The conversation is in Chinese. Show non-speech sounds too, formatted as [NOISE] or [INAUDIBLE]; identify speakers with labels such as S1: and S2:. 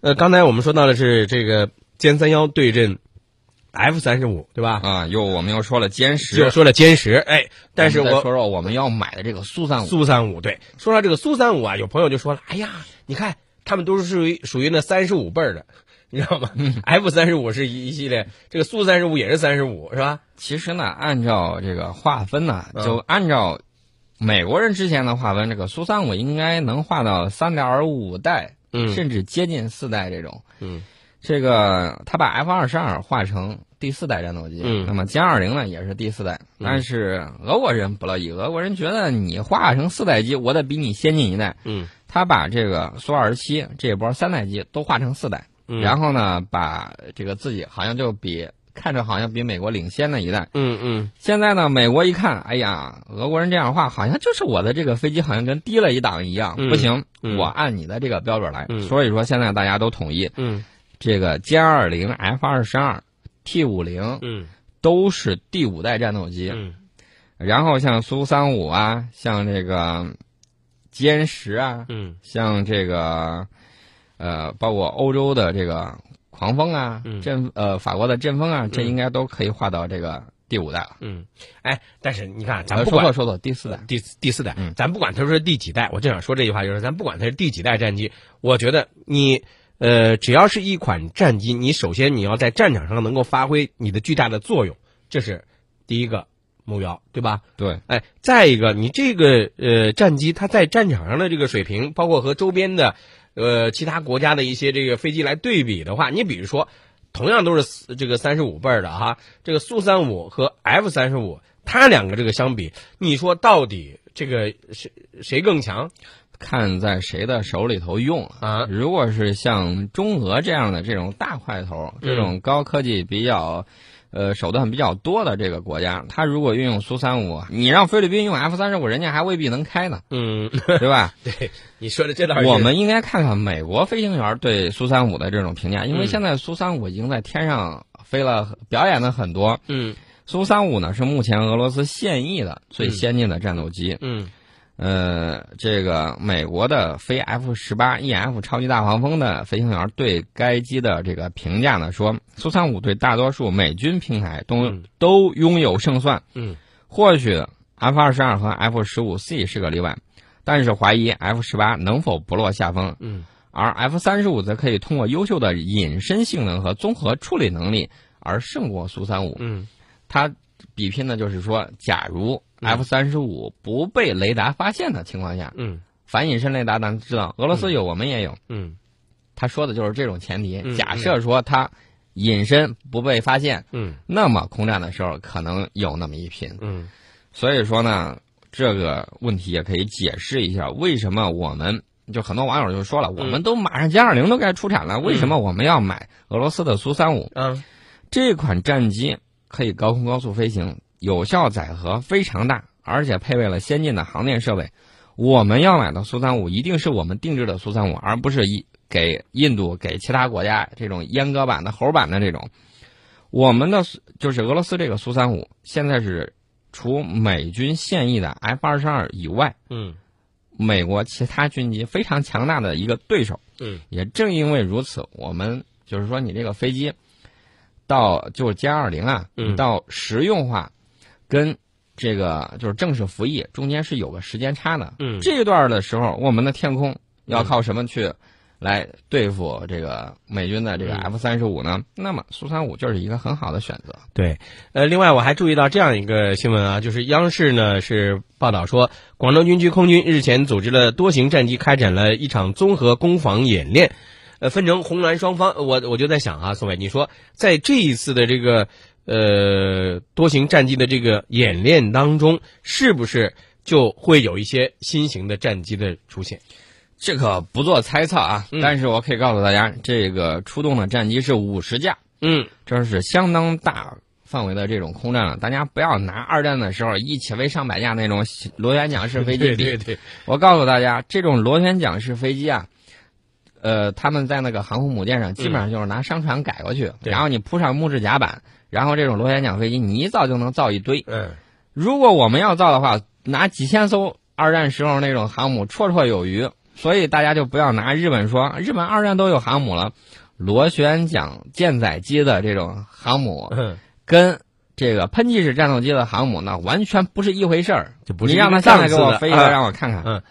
S1: 呃，刚才我们说到的是这个歼三幺对阵 F 三十五，对吧？
S2: 啊，又我们又说了歼
S1: 就
S2: 十，
S1: 说了歼十，哎，但是
S2: 我们再
S1: 我
S2: 说说我们要买的这个苏三五，
S1: 苏三五对，说到这个苏三五啊，有朋友就说了，哎呀，你看他们都是属于属于那三十五辈儿的，你知道吗、f [LAUGHS]
S2: 嗯
S1: 三十五是一一系列，这个苏三十五也是三十五，是吧？
S2: 其实呢，按照这个划分呢，
S1: 嗯
S2: 就按照美国人之前的划分，这个苏三五应该能划到三点五代，
S1: 嗯
S2: 甚至接近四代这种。
S1: 嗯，
S2: 这个他把 F 二十二划成第四代战斗机，
S1: 嗯
S2: 那么歼二零呢也是第四代，但是俄国人不乐意，俄国人觉得你划成四代机，我得比你先进一代。
S1: 嗯
S2: 他把这个苏二十七这一波三代机都划成四代，
S1: 嗯
S2: 然后呢，把这个自己好像就比看着好像比美国领先了一代。
S1: 嗯嗯
S2: 现在呢，美国一看，哎呀，俄国人这样画，好像就是我的这个飞机好像跟低了一档一样，
S1: 嗯
S2: 不行，
S1: 嗯
S2: 我按你的这个标准来。
S1: 嗯
S2: 所以说，现在大家都统一
S1: 嗯
S2: 这个歼二零、F 二十二、T 五零
S1: 嗯
S2: 都是第五代战斗机，
S1: 嗯
S2: 然后像苏三五啊，像这个歼十啊，
S1: 嗯
S2: 像这个，呃，包括欧洲的这个狂风啊，
S1: 嗯
S2: 阵呃法国的阵风啊，这应该都可以划到这个第五代了。
S1: 嗯，哎，但是你看，咱
S2: 呃
S1: 不
S2: 说
S1: 管
S2: 错说错，第四代。
S1: 第第四代，
S2: 嗯
S1: 咱不管它是第几代，我正想说这句话，就是咱不管它是第几代战机，我觉得你呃，只要是一款战机，你首先你要在战场上能够发挥你的巨大的作用，这是第一个目标，对吧？
S2: 对，
S1: 哎，再一个，你这个呃战机它在战场上的这个水平，包括和周边的呃其他国家的一些这个飞机来对比的话，你比如说，同样都是四这个三十五倍儿的哈，这个苏三五和 F 三十五，它两个这个相比，你说到底这个谁谁更强？
S2: 看在谁的手里头用了
S1: 啊
S2: 如果是像中俄这样的这种大块头，
S1: 嗯
S2: 这种高科技比较。呃，手段比较多的这个国家，他如果运用苏三五，你让菲律宾用 F 三十五，人家还未必能开
S1: [LAUGHS]
S2: 呢，
S1: 嗯，
S2: 对吧？
S1: 对，你说的这倒是
S2: 我们应该看看美国飞行员对苏三五的这种评价，因
S1: 嗯
S2: 为现在苏三五已经在天上飞了，表演了很多。
S1: 嗯
S2: 苏三五呢是目前俄罗斯现役的最
S1: 嗯
S2: 先进的战斗机。
S1: 嗯
S2: 呃，这个美国的飞 F 十八 EF 超级大黄蜂的飞行员对该机的这个评价呢说，苏三五对大多数美军平台都、
S1: 嗯
S2: 都拥有胜算。
S1: 嗯
S2: 或许 F 二十二和 F 十五 C 是个例外，但是怀疑 F 十八能否不落下风。
S1: 嗯
S2: 而 F 三十五则可以通过优秀的隐身性能和综合处理能力而胜过苏三五。
S1: 嗯
S2: 它比拼的就是说，假如 F 三十五不被雷达发现的情况下，
S1: 嗯
S2: 反隐身雷达咱们知道俄罗斯有，我们也有。
S1: 嗯
S2: 他说的就是这种前提，
S1: 嗯
S2: 假设说它隐身不被发现，
S1: 嗯
S2: 那么空战的时候可能有那么一拼。
S1: 嗯
S2: 所以说呢，这个问题也可以解释一下，为什么我们就很多网友就说了，我们都马上歼二零都该出产了，为什么我们要买俄罗斯的苏三五
S1: 啊
S2: 这款战机？可以高空高速飞行，有效载荷非常大，而且配备了先进的航电设备。我们要买的苏三五一定是我们定制的苏三五，而不是一给印度、给其他国家这种阉割版的、猴版的这种。我们的苏就是俄罗斯这个苏三五，现在是除美军现役的 F 二十二以外，
S1: 嗯
S2: 美国其他军机非常强大的一个对手。
S1: 嗯
S2: 也正因为如此，我们就是说，你这个飞机到就是歼二零啊，
S1: 嗯
S2: 你到实用化跟这个就是正式服役中间是有个时间差的。
S1: 嗯
S2: 这一段的时候，我们的天空要靠什么去来对付这个美军的这个
S1: 嗯
S2: F 三十五呢？那么苏三五就是一个很好的选择。
S1: 对，呃，另外我还注意到这样一个新闻啊，就是央视呢是报道说，广州军区空军日前组织了多型战机开展了一场综合攻防演练，呃，分成红蓝双方。我我就在想啊，宋伟，你说在这一次的这个呃多型战机的这个演练当中，是不是就会有一些新型的战机的出现？
S2: 这可不做猜测啊，
S1: 嗯
S2: 但是我可以告诉大家，这个出动的战机是五十架，
S1: 嗯
S2: 这是相当大范围的这种空战了。大家不要拿二战的时候一起飞上百架那种螺旋桨式飞
S1: [LAUGHS] 对
S2: 机比。
S1: 对对，
S2: 我告诉大家，这种螺旋桨式飞机啊，呃，他们在那个航空母舰上基本上就是拿商船改过去，
S1: 嗯对
S2: 然后你铺上木质甲板，然后这种螺旋桨飞机你一造就能造一堆。
S1: 嗯
S2: 如果我们要造的话，拿几千艘二战时候那种航母绰绰有余。所以大家就不要拿日本说，日本二战都有航母了，螺旋桨舰载机的这种航母
S1: 嗯
S2: 跟这个喷气式战斗机的航母那完全不是一回事儿。
S1: 就不是
S2: 你让
S1: 一个
S2: 他上来
S1: 档
S2: 给
S1: 次
S2: 我
S1: 的
S2: 飞一
S1: 啊
S2: 个，让我看看。